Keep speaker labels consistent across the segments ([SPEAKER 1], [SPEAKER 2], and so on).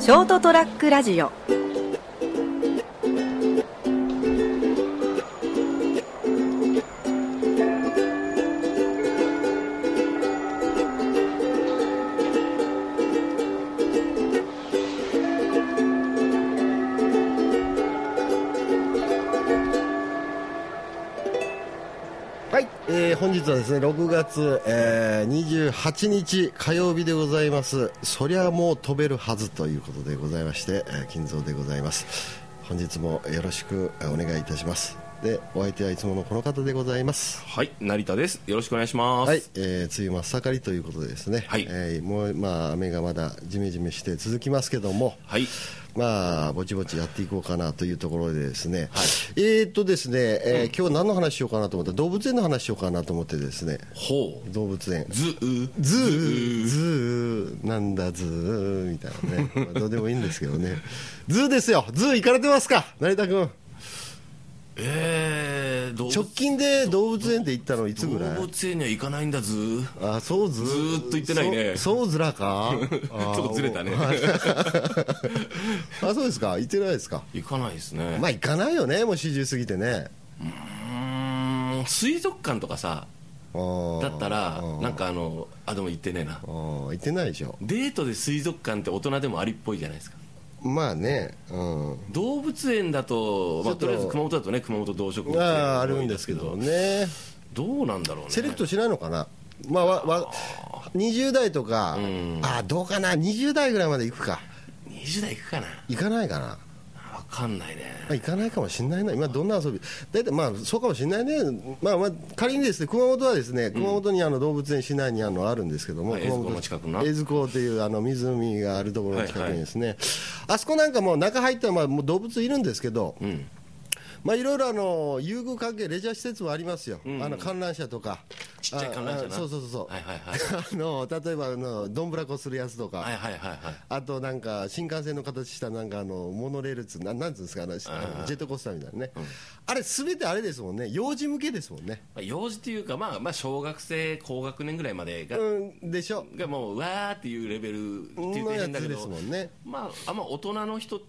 [SPEAKER 1] ショートトラックラジオ
[SPEAKER 2] はい、えー本日はですね、6月、えー28日火曜日でございます。そりゃもう飛べるはずということでございまして、えー金蔵でございます。本日もよろしくえーお願いいたします。で、お相手はいつものこの方でございます。
[SPEAKER 3] はい、成田です。よろしくお願いします。
[SPEAKER 2] はい、えー梅雨真っ盛りということでですね、
[SPEAKER 3] はい
[SPEAKER 2] えーもう、まあ、雨がまだじめじめして続きますけども、
[SPEAKER 3] はい。
[SPEAKER 2] まあ、ぼちぼちやっていこうかなというところでですね、えーっとですね、えー今日何の話しようかなと思ったら動物園の話しようかなと思ってですね、
[SPEAKER 3] ほう。
[SPEAKER 2] 動物園
[SPEAKER 3] ずう。
[SPEAKER 2] ズーズーなんだズーみたいな ね、まあどうでもいいんですけどねズーですよズー行かれてますか成田君
[SPEAKER 3] えー、動
[SPEAKER 2] 直
[SPEAKER 3] 物
[SPEAKER 2] 近で動物園で行ったのいつぐらい
[SPEAKER 3] 動物園には行かないんだずー。
[SPEAKER 2] あそうずず
[SPEAKER 3] ーっと行ってないね
[SPEAKER 2] そうずら か
[SPEAKER 3] ちょっとずれ たね。
[SPEAKER 2] あそうですか行ってないですか
[SPEAKER 3] 行かないですね。
[SPEAKER 2] まあ行かないよねもう40過ぎてね
[SPEAKER 3] うーん、水族館とかさ、
[SPEAKER 2] だ
[SPEAKER 3] だったら、なんかあの、あ、でも行ってねえな。
[SPEAKER 2] 行ってないでしょ
[SPEAKER 3] デートで水族館って大人でもありっぽいじゃないですか。
[SPEAKER 2] まあねうん
[SPEAKER 3] 動物園だと、ま
[SPEAKER 2] ち
[SPEAKER 3] あ、
[SPEAKER 2] ょっと
[SPEAKER 3] とりあえず熊本だとね、熊本動植物園
[SPEAKER 2] あああるんですけどね
[SPEAKER 3] どうなんだろうね。
[SPEAKER 2] セレクトしないのかな、まあ、わわ20代とか、
[SPEAKER 3] ん
[SPEAKER 2] あどうかな、20代ぐらいまで行くか、
[SPEAKER 3] 20代行くかな
[SPEAKER 2] 行かないかな、
[SPEAKER 3] わかんないね。
[SPEAKER 2] あ行かないかもしれないな、今、どんな遊び、大体、まあ、そうかもしれないね、まあまあ、仮にですね熊本はですね熊本にあの動物園、市内にあのあるんですけども、
[SPEAKER 3] はい
[SPEAKER 2] 熊
[SPEAKER 3] 江津湖の近くな
[SPEAKER 2] 江津湖っていうあの湖があるところの近くにですね、あそこなんかもう、中入ったらまあもう動物いるんですけど、
[SPEAKER 3] うん。
[SPEAKER 2] まあ、いろいろあの遊具関係、レジャー施設もありますよ、
[SPEAKER 3] ん
[SPEAKER 2] あの観覧車とか。
[SPEAKER 3] ちっちゃい観覧車な。
[SPEAKER 2] ああそうそうそうそう
[SPEAKER 3] はいはいはい。
[SPEAKER 2] あの例えばあのどんぶらこするやつとか、
[SPEAKER 3] はいはいはいはい。
[SPEAKER 2] あとなんか新幹線の形したなんかあのモノレールっつうななんつうんですかあのジェットコースターみたいなね、あれすべてあれですもんね幼児向けですもんね、
[SPEAKER 3] まあ、幼児っていうか、まあ、まあ、小学生、高学年ぐらいまでが、
[SPEAKER 2] うん、でしょ
[SPEAKER 3] がもう、うわーっていうレベルって言って
[SPEAKER 2] のや
[SPEAKER 3] 変だけ
[SPEAKER 2] つです
[SPEAKER 3] ど
[SPEAKER 2] も、んね
[SPEAKER 3] まあ、あんま大人の人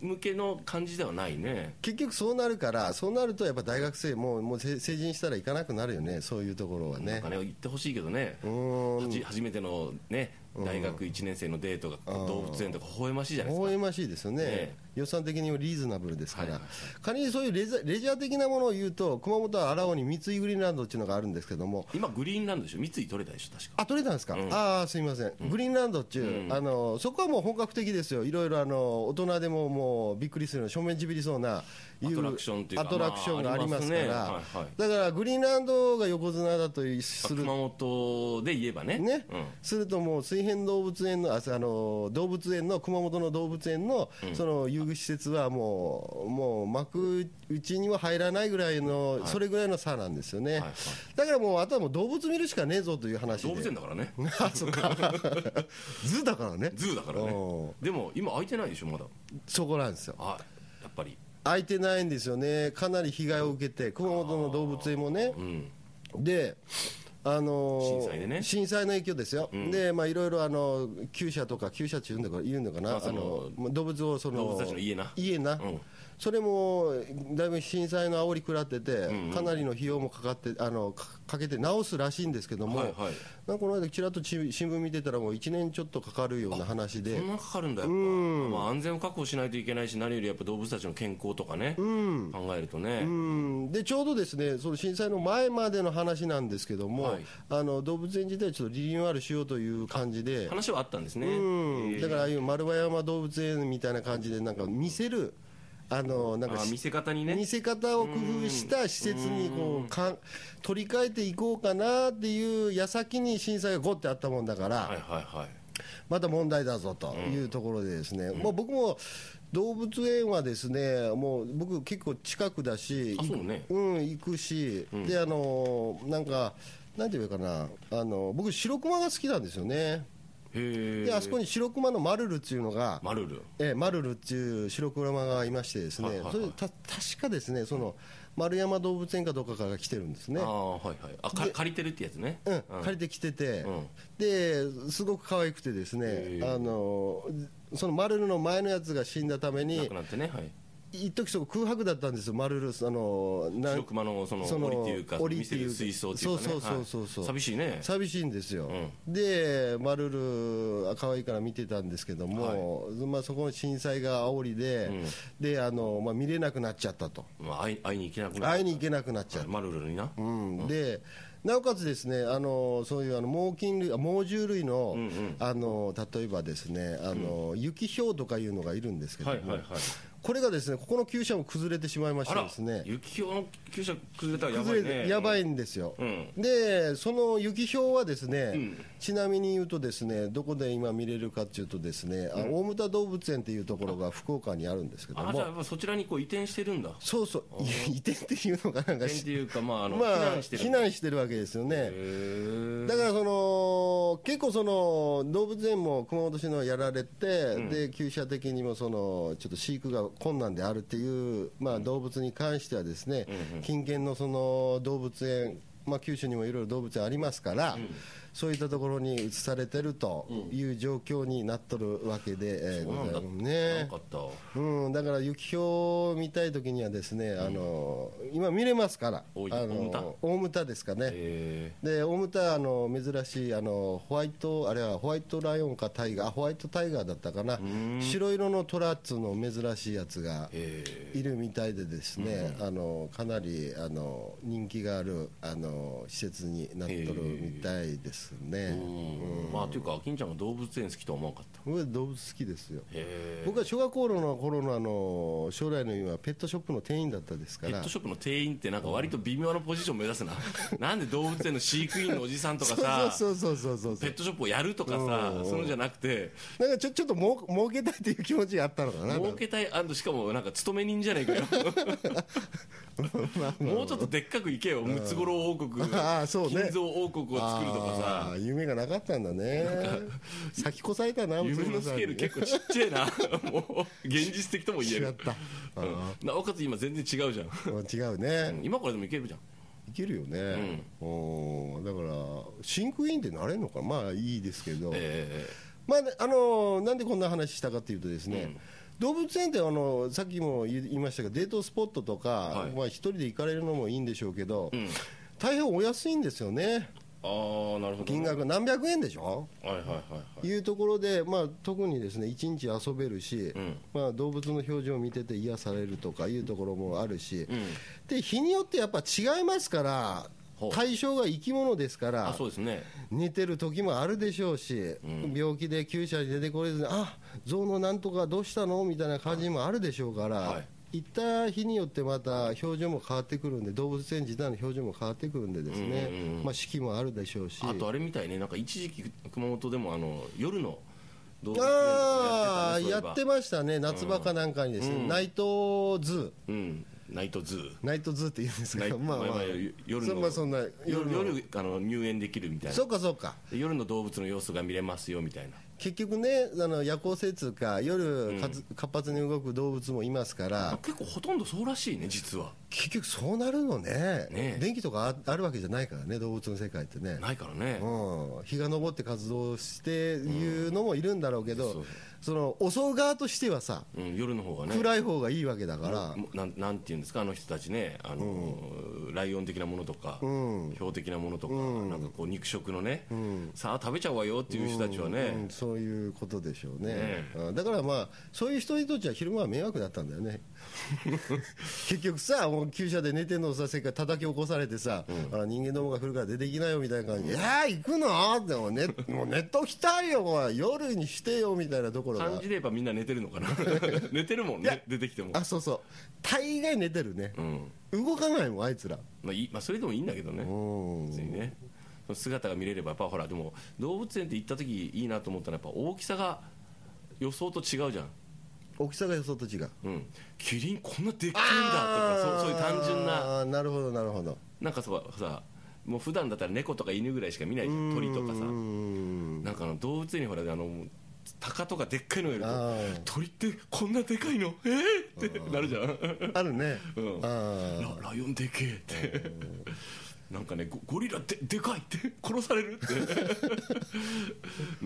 [SPEAKER 3] 向けの感じではないね。
[SPEAKER 2] 結局そうなるからそうなるとやっぱ大学生ももうせ成人したら行かなくなるよねそういうところは
[SPEAKER 3] な
[SPEAKER 2] ね
[SPEAKER 3] んかね、言ってほしいけどね。
[SPEAKER 2] うー
[SPEAKER 3] は
[SPEAKER 2] ん
[SPEAKER 3] じ初めてのね、大学1年生のデートが動物園とか微笑ましいじゃないです
[SPEAKER 2] 微
[SPEAKER 3] か。
[SPEAKER 2] 笑ましいですよね、
[SPEAKER 3] え
[SPEAKER 2] 予算的にもリーズナブルですから、
[SPEAKER 3] はいはいは
[SPEAKER 2] 仮にそういうレジャーレジャー的なものを言うと、熊本は荒尾に三井グリーンランドっていうのがあるんですけども、
[SPEAKER 3] 今、グリーンランドでしょ三井取れたでしょ確か。
[SPEAKER 2] あ取れたんですか、
[SPEAKER 3] うん
[SPEAKER 2] ああ、すみません、グリーンランドっていう、あの、そこはもう本格的ですよ、いろいろあの大人でももうびっくりするような、正面じびりそうな、
[SPEAKER 3] アトラクションっていうか
[SPEAKER 2] アトラクションがありますから、
[SPEAKER 3] まあありますねはいはい
[SPEAKER 2] だからグリーンランドが横綱だというする
[SPEAKER 3] 熊本で言えばね。
[SPEAKER 2] ね
[SPEAKER 3] うん
[SPEAKER 2] するともう水辺動物園のああの動物園の熊本の動物園のその遊具施設はもうもう幕内には入らないぐらいの、それぐらいの差なんですよね、
[SPEAKER 3] はいはい
[SPEAKER 2] だからもうあとはもう動物見るしかねえぞという話で
[SPEAKER 3] 動物園だからね。
[SPEAKER 2] あそっか 図だからね
[SPEAKER 3] ズーだから
[SPEAKER 2] う
[SPEAKER 3] ね。でも、今開いてないでしょ、まだ。
[SPEAKER 2] そこなんですよ
[SPEAKER 3] あ、やっぱり。
[SPEAKER 2] 空いてないんですよねかなり被害を受けて熊本の動物園もね
[SPEAKER 3] うん。
[SPEAKER 2] で、あのー
[SPEAKER 3] 震災でね
[SPEAKER 2] 震災の影響ですよ、でまあいろいろあの厩舎とか厩舎っていうんだから言うのかな、
[SPEAKER 3] あ
[SPEAKER 2] あ
[SPEAKER 3] そ
[SPEAKER 2] の
[SPEAKER 3] の
[SPEAKER 2] 動物をその
[SPEAKER 3] 動物たちの家な
[SPEAKER 2] 家な、
[SPEAKER 3] うん
[SPEAKER 2] それもだいぶ震災の煽り食らってて、
[SPEAKER 3] うん
[SPEAKER 2] かなりの費用もかかってあのかかけて直すらしいんですけども、
[SPEAKER 3] はいはい。
[SPEAKER 2] なんかこの間ちらっとち新聞見てたらもう1年ちょっとかかるような話で
[SPEAKER 3] そんなかかるんだやっぱ、まあ、安全を確保しないといけないし何よりやっぱ動物たちの健康とかね、考えるとね、
[SPEAKER 2] うんでちょうどですねその震災の前までの話なんですけども、
[SPEAKER 3] はい
[SPEAKER 2] あの動物園自体をちょっとリニューアルしようという感じで、
[SPEAKER 3] 話はあったんですね、
[SPEAKER 2] うん
[SPEAKER 3] えー
[SPEAKER 2] だからああいう丸和山動物園みたいな感じで、なんか見せる、あのなんか
[SPEAKER 3] あ
[SPEAKER 2] し
[SPEAKER 3] 見せ方に
[SPEAKER 2] 見
[SPEAKER 3] ね
[SPEAKER 2] せ方を工夫した施設にこうかん取り替えていこうかなっていう矢先に震災がゴってあったもんだから、
[SPEAKER 3] はいはいはい
[SPEAKER 2] また問題だぞというところで、ですね、もう僕も動物園はですね、もう僕、結構近くだし、
[SPEAKER 3] あそうね
[SPEAKER 2] うん、行くし、で、あのなんか、なんていうかな、あの僕、白熊が好きなんですよね。
[SPEAKER 3] へ
[SPEAKER 2] であそこ
[SPEAKER 3] に
[SPEAKER 2] に白熊のマルルっていうのが、
[SPEAKER 3] マルル
[SPEAKER 2] えーマルルっていう白熊がいましてですね、
[SPEAKER 3] はいはいはい
[SPEAKER 2] それた確かですねその丸山動物園かどうかから来てるんですね
[SPEAKER 3] あ。あはいはいあか借りてるってやつね
[SPEAKER 2] うん、借りてきてて、
[SPEAKER 3] うん
[SPEAKER 2] ですごく可愛くてですね
[SPEAKER 3] へ、え
[SPEAKER 2] あのそのマルルの前のやつが死んだため
[SPEAKER 3] な
[SPEAKER 2] に
[SPEAKER 3] く、なってねはい
[SPEAKER 2] 一時そこ空白だったんですよ、マルル、そのな
[SPEAKER 3] 白熊のその
[SPEAKER 2] その
[SPEAKER 3] 檻っていうか
[SPEAKER 2] 檻
[SPEAKER 3] 見せ
[SPEAKER 2] っていう
[SPEAKER 3] る水槽っていうかね
[SPEAKER 2] そうそうそうそう
[SPEAKER 3] はい寂しいね
[SPEAKER 2] 寂しいんですよ、で、マルル、可愛いから見てたんですけども、まあ、そこの震災が煽りで、であのまあ、見れなくなっちゃったと、
[SPEAKER 3] まあ会い会いに行けなくな
[SPEAKER 2] 会い
[SPEAKER 3] に
[SPEAKER 2] に行けなくなっちゃった。
[SPEAKER 3] マルルにな
[SPEAKER 2] うん、でなおかつですねあのそういうあの猛禽類あ猛獣類の,、あの例えばですねあの、雪氷とかいうのがいるんですけど
[SPEAKER 3] は
[SPEAKER 2] も、
[SPEAKER 3] いはいはい
[SPEAKER 2] これがですねここの厩舎も崩れてしまいまし
[SPEAKER 3] あ
[SPEAKER 2] て
[SPEAKER 3] ら
[SPEAKER 2] ですね
[SPEAKER 3] 雪氷の厩舎崩れたらやば
[SPEAKER 2] 崩
[SPEAKER 3] い
[SPEAKER 2] れて
[SPEAKER 3] ね
[SPEAKER 2] やば
[SPEAKER 3] い
[SPEAKER 2] いんですよ、
[SPEAKER 3] うん
[SPEAKER 2] でその雪氷はですね、ちなみに言うとですねどこで今見れるかっていうとですね、あ大牟田動物園っていうところが福岡にあるんですけど
[SPEAKER 3] あじゃあや
[SPEAKER 2] も
[SPEAKER 3] っぱそちらにこう移転してるんだ
[SPEAKER 2] そうそう 移転っていうのがなん
[SPEAKER 3] 移
[SPEAKER 2] か
[SPEAKER 3] 転っていうかまああの
[SPEAKER 2] まあ
[SPEAKER 3] 避難してる
[SPEAKER 2] 避難してるわけですよね、
[SPEAKER 3] へー
[SPEAKER 2] だからその結構その動物園も熊本市のやられて、で厩舎的にもそのちょっと飼育が困難であるっていう、まあ、動物に関してはですね、近県のその動物園まあ、九州にもいろいろ動物園ありますから、そういったところに移されてるという状況になっとるわけで、えー
[SPEAKER 3] そうなんだ
[SPEAKER 2] ございます
[SPEAKER 3] な
[SPEAKER 2] ね
[SPEAKER 3] んかあった
[SPEAKER 2] うん、だから雪氷を見たいときにはですね、あの今見れますから、
[SPEAKER 3] 大井
[SPEAKER 2] あ
[SPEAKER 3] 大牟田
[SPEAKER 2] の大牟田ですかね、
[SPEAKER 3] え
[SPEAKER 2] で大牟田あの珍しいあのホワイトあれはホワイトライオンかタイガーあホワイトタイガーだったかな白色のトラッツの珍しいやつが
[SPEAKER 3] え
[SPEAKER 2] いるみたいでですね、あのかなりあの人気があるあの施設になっとるみたいですね、
[SPEAKER 3] うんまあというか金ちゃんが動物園好きとは思わなかった
[SPEAKER 2] 僕は動物好きですよ
[SPEAKER 3] へえ
[SPEAKER 2] 僕は小学校の頃のあの将来の夢はペットショップの店員だったですか
[SPEAKER 3] ペッ
[SPEAKER 2] ら
[SPEAKER 3] トショップの店員ってなんか割と微妙なポジション目指す ななんで動物園の飼育員のおじさんとかさ
[SPEAKER 2] そうそうそうそうそ
[SPEAKER 3] ペ
[SPEAKER 2] う
[SPEAKER 3] ットショップをやるとかさそういうのじゃなくて
[SPEAKER 2] なんかちょちょっと儲儲けたいという気持ちがあったのかな
[SPEAKER 3] 儲けたいあのしかもなんか勤め人じゃね えかよもうちょっとでっかくいけよムツゴロウ王国
[SPEAKER 2] あーそうね
[SPEAKER 3] 金蔵王国を作るとか
[SPEAKER 2] あ
[SPEAKER 3] さ
[SPEAKER 2] ー夢がなかったんだね先越されたな
[SPEAKER 3] 夢
[SPEAKER 2] 松
[SPEAKER 3] のス
[SPEAKER 2] 村さん
[SPEAKER 3] ケール結構ちっちゃいな もう現実的とも言え
[SPEAKER 2] 違っ
[SPEAKER 3] る、
[SPEAKER 2] たあ
[SPEAKER 3] うんなおかつ今全然違うじゃん
[SPEAKER 2] ー違うね
[SPEAKER 3] 今からでもいけるじゃん
[SPEAKER 2] いけるよね、おーだから飼育員ってなれるのかまあいいですけど、
[SPEAKER 3] え
[SPEAKER 2] まあねあのーなんでこんな話したかというとですね、動物園ってあのさっきも言いましたがデートスポットとか、
[SPEAKER 3] い
[SPEAKER 2] まあ、一人で行かれるのもいいんでしょうけど、大変お安いんですよね
[SPEAKER 3] えああなるほど
[SPEAKER 2] 金額何百円でしょ
[SPEAKER 3] はいはいはいはい
[SPEAKER 2] いうところで、まあ、特にですね一日遊べるし、
[SPEAKER 3] ん
[SPEAKER 2] まあ、動物の表情を見てて癒されるとかいうところもあるし、で日によってやっぱ違いますから
[SPEAKER 3] ほう
[SPEAKER 2] 対象が生き物ですか
[SPEAKER 3] あ
[SPEAKER 2] ら
[SPEAKER 3] そうですね
[SPEAKER 2] 似てる時もあるでしょうし、病気で厩舎に出てこれずにあ象のなんとかどうしたのみたいな感じもあるでしょうから。
[SPEAKER 3] はい
[SPEAKER 2] 行った日によってまた表情も変わってくるんで動物園自体の表情も変わってくるんでですね、まあ、四季もあるでしょうし
[SPEAKER 3] あとあれみたいねなんか一時期熊本でもあの夜の動物園と
[SPEAKER 2] あ
[SPEAKER 3] か
[SPEAKER 2] あやって
[SPEAKER 3] ね
[SPEAKER 2] ましたね夏場かなんかにですね、ナイトズー
[SPEAKER 3] そういえばうんナイトズー
[SPEAKER 2] ナイトズーって言うんです
[SPEAKER 3] ナ
[SPEAKER 2] け
[SPEAKER 3] イ
[SPEAKER 2] ど
[SPEAKER 3] ト
[SPEAKER 2] まあまあ
[SPEAKER 3] まあまあ夜夜
[SPEAKER 2] そ
[SPEAKER 3] の
[SPEAKER 2] んなそんな夜
[SPEAKER 3] 夜
[SPEAKER 2] の
[SPEAKER 3] 夜あの入園できるみたいな
[SPEAKER 2] そうかそうか
[SPEAKER 3] で夜の動物の様子が見れますよみたいな
[SPEAKER 2] 結局ねあの夜行性通か夜かつ、活発に動く動物もいますから
[SPEAKER 3] 結構ほとんどそうらしいね実は
[SPEAKER 2] 結局そうなるのね
[SPEAKER 3] ねえ
[SPEAKER 2] 電気とかああるわけじゃないからね動物の世界ってね
[SPEAKER 3] ないからね
[SPEAKER 2] うん、日が昇って活動していうのもいるんだろうけど、
[SPEAKER 3] そう
[SPEAKER 2] その襲う側としてはさ
[SPEAKER 3] うん夜の方がね
[SPEAKER 2] 暗い方がいいわけだから、
[SPEAKER 3] もなんなんていうんですかあの人たちねあの、ライオン的なものとか、豹的なものとか、なんかこう肉食のね、さあ食べちゃうわよっていう人たちはね、
[SPEAKER 2] うん、そういうことでしょうね
[SPEAKER 3] ね
[SPEAKER 2] うんだからまあそういう人にとっては昼間は迷惑だったんだよ ね結局さもう厩舎で寝てんのをさせっかく叩き起こされてさ、あら人間どもが来るから出てきなよみたいな感じで「いやー行くの?」ってもう、ね、もう寝 ときたいよおい夜にしてよみたいなところが
[SPEAKER 3] 感じで言えばみんな寝てるのかな 寝てるもん
[SPEAKER 2] や
[SPEAKER 3] ね出てきても
[SPEAKER 2] あそうそう大概寝てるね、動かないもんあいつら
[SPEAKER 3] まあいいまあ、それでもいいんだけどね別にねその姿が見れればやっぱほらでも動物園って行った時いいなと思ったのはやっぱ大きさが予想と違うじゃん
[SPEAKER 2] 大きさが予想と違う
[SPEAKER 3] うん、キリンこんなでっけえんだとかそうそういう単純な
[SPEAKER 2] あーなるほどなるほど
[SPEAKER 3] なんかそうさもう普段だったら猫とか犬ぐらいしか見ないじゃん鳥とかさ
[SPEAKER 2] うーん
[SPEAKER 3] なんかあの動物園にほらあの鷹とかでっかいのがいる
[SPEAKER 2] あ
[SPEAKER 3] と
[SPEAKER 2] ー
[SPEAKER 3] 鳥ってこんなでかいのえー、ってなるじゃん
[SPEAKER 2] あるね、
[SPEAKER 3] うん
[SPEAKER 2] あ
[SPEAKER 3] ラライオンでけえってなんかねゴゴリラででかいって殺されるってね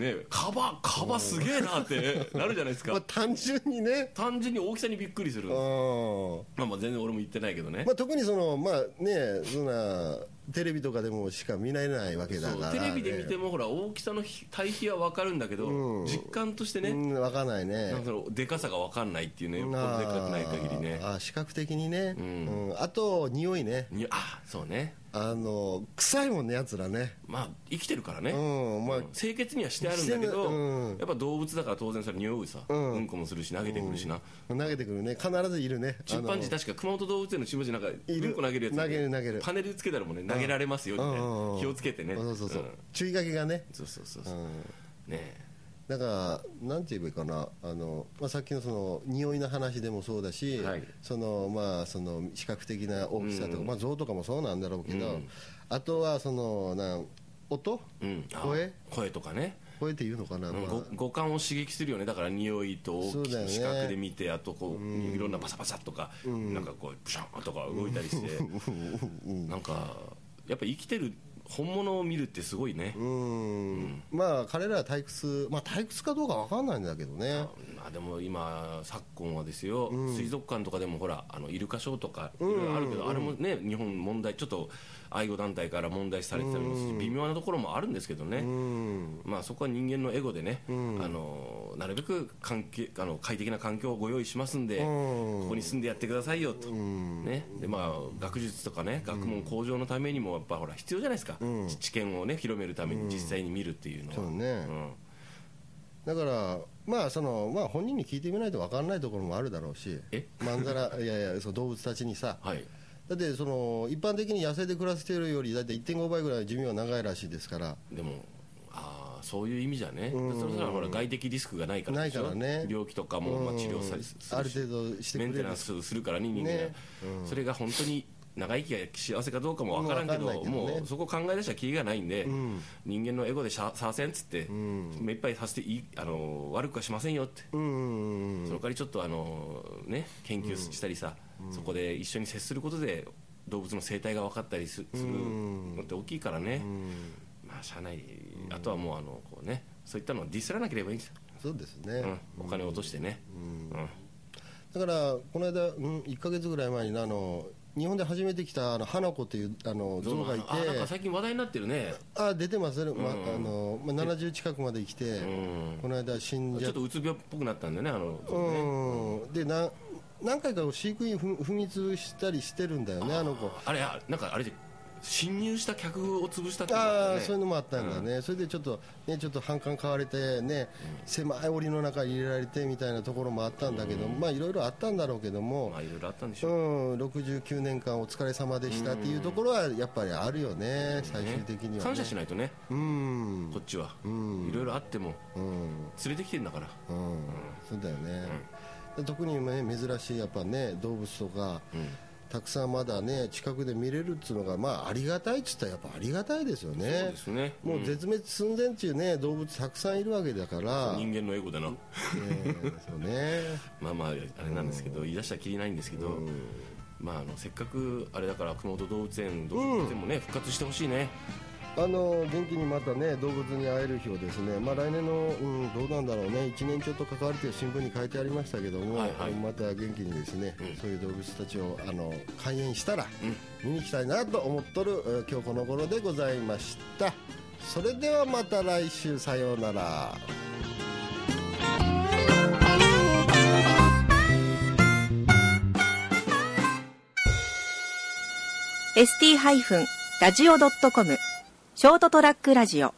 [SPEAKER 3] えカバカバすげえなってなるじゃないです
[SPEAKER 2] あまあ
[SPEAKER 3] か
[SPEAKER 2] 単純にね
[SPEAKER 3] 単純に大きさにびっくりする
[SPEAKER 2] あー
[SPEAKER 3] まあまあ全然俺も言ってないけどね
[SPEAKER 2] まあ、特にそのまあねそんなテレビとかでもしか見られないわけだ
[SPEAKER 3] そ
[SPEAKER 2] から
[SPEAKER 3] う
[SPEAKER 2] ね、
[SPEAKER 3] テレビで見てもほら大きさの比対比は分かるんだけど、実感としてね、
[SPEAKER 2] うん分かんないね
[SPEAKER 3] なんかそのでかさが分かんないっていうねよっぽどでかくない限りね
[SPEAKER 2] あー視覚的にね、うんあと匂いね
[SPEAKER 3] にあそうね
[SPEAKER 2] あの臭いもんねやつらね
[SPEAKER 3] まあ生きてるからね、
[SPEAKER 2] うんまあ
[SPEAKER 3] 清潔にはしてあるんだけど、
[SPEAKER 2] してなうん
[SPEAKER 3] やっぱ動物だから当然それ匂いさ、うんん、こもするし投げてくるしな、
[SPEAKER 2] 投げてくるね必ずいるね
[SPEAKER 3] チンパンジー確か熊本動物園のチンパンジーなんか
[SPEAKER 2] いる
[SPEAKER 3] うんこ投げるやつだよね
[SPEAKER 2] 投げる投げる
[SPEAKER 3] パネルつけたらもうね投げられますよみたいな
[SPEAKER 2] うんうんうん
[SPEAKER 3] 気をつけてね
[SPEAKER 2] あのそうそうそう、
[SPEAKER 3] ん
[SPEAKER 2] 注意書きがね
[SPEAKER 3] そうそうそうそう
[SPEAKER 2] う
[SPEAKER 3] ね
[SPEAKER 2] ん
[SPEAKER 3] え
[SPEAKER 2] だからなんて言えばいいかなあの、まあ、さっきのその匂いの話でもそうだし、
[SPEAKER 3] はい
[SPEAKER 2] そのまあその視覚的な大きさとか、まあ像とかもそうなんだろうけど、あとはそのなん音、
[SPEAKER 3] うん、あ
[SPEAKER 2] 声
[SPEAKER 3] 声とかね
[SPEAKER 2] 声っていうのかな、
[SPEAKER 3] うん
[SPEAKER 2] まあ
[SPEAKER 3] ご五感を刺激するよねだから匂いと
[SPEAKER 2] そ
[SPEAKER 3] 大
[SPEAKER 2] う
[SPEAKER 3] き
[SPEAKER 2] だよ
[SPEAKER 3] く
[SPEAKER 2] ね
[SPEAKER 3] 視覚で見て、あとこういろんなパサパサとか、なんかこうプシャンとか動いたりして、なんかやっぱ生きてる本物を見るってすごいね、
[SPEAKER 2] うんまあ彼らは退屈、まあ、退屈かどうかわかんないんだけどね
[SPEAKER 3] まあ、でも今昨今はですよ、水族館とかでもほらあのイルカショーとかいろいろあるけど、あれもね日本問題ちょっと愛護団体から問題視されてたりもするし微妙なところもあるんですけどね、
[SPEAKER 2] うん
[SPEAKER 3] まあ、そこは人間のエゴでね、あのなるべく環境あの快適な環境をご用意しますんで、ここに住んでやってくださいよと、ねでまあ、学術とかね学問向上のためにもやっぱほら必要じゃないですか、知知見を、ね、広めるために実際に見るっていうのは。
[SPEAKER 2] そうね
[SPEAKER 3] うん
[SPEAKER 2] だからまあそのまあ本人に聞いてみないとわかんないところもあるだろうし
[SPEAKER 3] え
[SPEAKER 2] まんざらいやいやそう動物たちにさ
[SPEAKER 3] はい
[SPEAKER 2] だってその一般的に野生で暮らしているよりだいたい1.5倍ぐらい寿命は長いらしいですから
[SPEAKER 3] でもああそういう意味じゃね、それならほら外的リスクがないからでしょ
[SPEAKER 2] ないからね
[SPEAKER 3] 病気とかもまあ治療されす
[SPEAKER 2] ある
[SPEAKER 3] るし
[SPEAKER 2] 程度して
[SPEAKER 3] メ
[SPEAKER 2] く
[SPEAKER 3] ン
[SPEAKER 2] れ
[SPEAKER 3] テナ
[SPEAKER 2] る
[SPEAKER 3] ンスするからね人間が、
[SPEAKER 2] ね
[SPEAKER 3] それが本当に長生きが幸せかどうかもわからんけど
[SPEAKER 2] わかんないけどね
[SPEAKER 3] もうそこ考え出したらキリがないんで、人間のエゴでしゃさせんっつって、目いっぱいさせていいあの悪くはしませんよって、
[SPEAKER 2] うんうんうん
[SPEAKER 3] その代わりちょっとあの、ね、研究したりさ、そこで一緒に接することで動物の生態が分かったりすするのって大きいからね、まあ社内あとはもうあのこう、ね、そういったのをディスらなければいいんですよ、
[SPEAKER 2] そうですね、
[SPEAKER 3] うん、お金を落としてね、うん
[SPEAKER 2] だからこの間、うん、1か月ぐらい前にあの日本で初めて来たあの花子というあの
[SPEAKER 3] ゾ
[SPEAKER 2] ゾウ
[SPEAKER 3] ウ
[SPEAKER 2] がい
[SPEAKER 3] のあなんか
[SPEAKER 2] て
[SPEAKER 3] 最近話題になってるね
[SPEAKER 2] あ出てますね、まあのまあ、70近くまで来て、
[SPEAKER 3] うん
[SPEAKER 2] この間死んじ
[SPEAKER 3] ち
[SPEAKER 2] ゃ
[SPEAKER 3] ょ
[SPEAKER 2] っ
[SPEAKER 3] っとうつ病っぽくなったんだよねあのゾウね、
[SPEAKER 2] うんでな何回か飼育員ふん踏み潰したりしてるんだよねあの子
[SPEAKER 3] あれあなんかあれで侵入した客を潰したってことだ
[SPEAKER 2] あ
[SPEAKER 3] よ
[SPEAKER 2] あそういう
[SPEAKER 3] ね
[SPEAKER 2] のもあったんだね、それでちょっとねちょっと反感買われてね、狭い檻の中に入れられてみたいなところもあったんだけど、まあいろいろあったんだろうけども、
[SPEAKER 3] まあいろいろあったんでし
[SPEAKER 2] う、
[SPEAKER 3] ょうん
[SPEAKER 2] 69年間お疲れ様でしたっていうところはやっぱりあるよね、最終的には、ね、
[SPEAKER 3] 感謝しないとね
[SPEAKER 2] うん
[SPEAKER 3] こっちは、いろいろあっても
[SPEAKER 2] うん
[SPEAKER 3] 連れてきてんだから
[SPEAKER 2] うんそうだよね、で特に、ね、珍しいやっぱね動物とか、たくさんまだね近くで見れるっていうのが、まあ、ありがたいっつったらやっぱありがたいですよね
[SPEAKER 3] そうですね
[SPEAKER 2] もう絶滅寸前っていうね動物たくさんいるわけだから、
[SPEAKER 3] 人間のエゴだな
[SPEAKER 2] えーそうね
[SPEAKER 3] まあまああれなんですけど言い出したらきりないんですけどまああのせっかくあれだから熊本動物園動物園もね復活してほしいね
[SPEAKER 2] あの元気にまたね動物に会える日をですね、まあ、来年の、うん、どうなんだろうね1年ちょっと関わるという新聞に書いてありましたけども、
[SPEAKER 3] はいはい
[SPEAKER 2] また元気にですね、そういう動物たちをあの開園したら、見に行きたいなと思っとるえー今日この頃でございましたそれではまた来週さようなら
[SPEAKER 1] ー ST-radio.com ショートトラックラジオ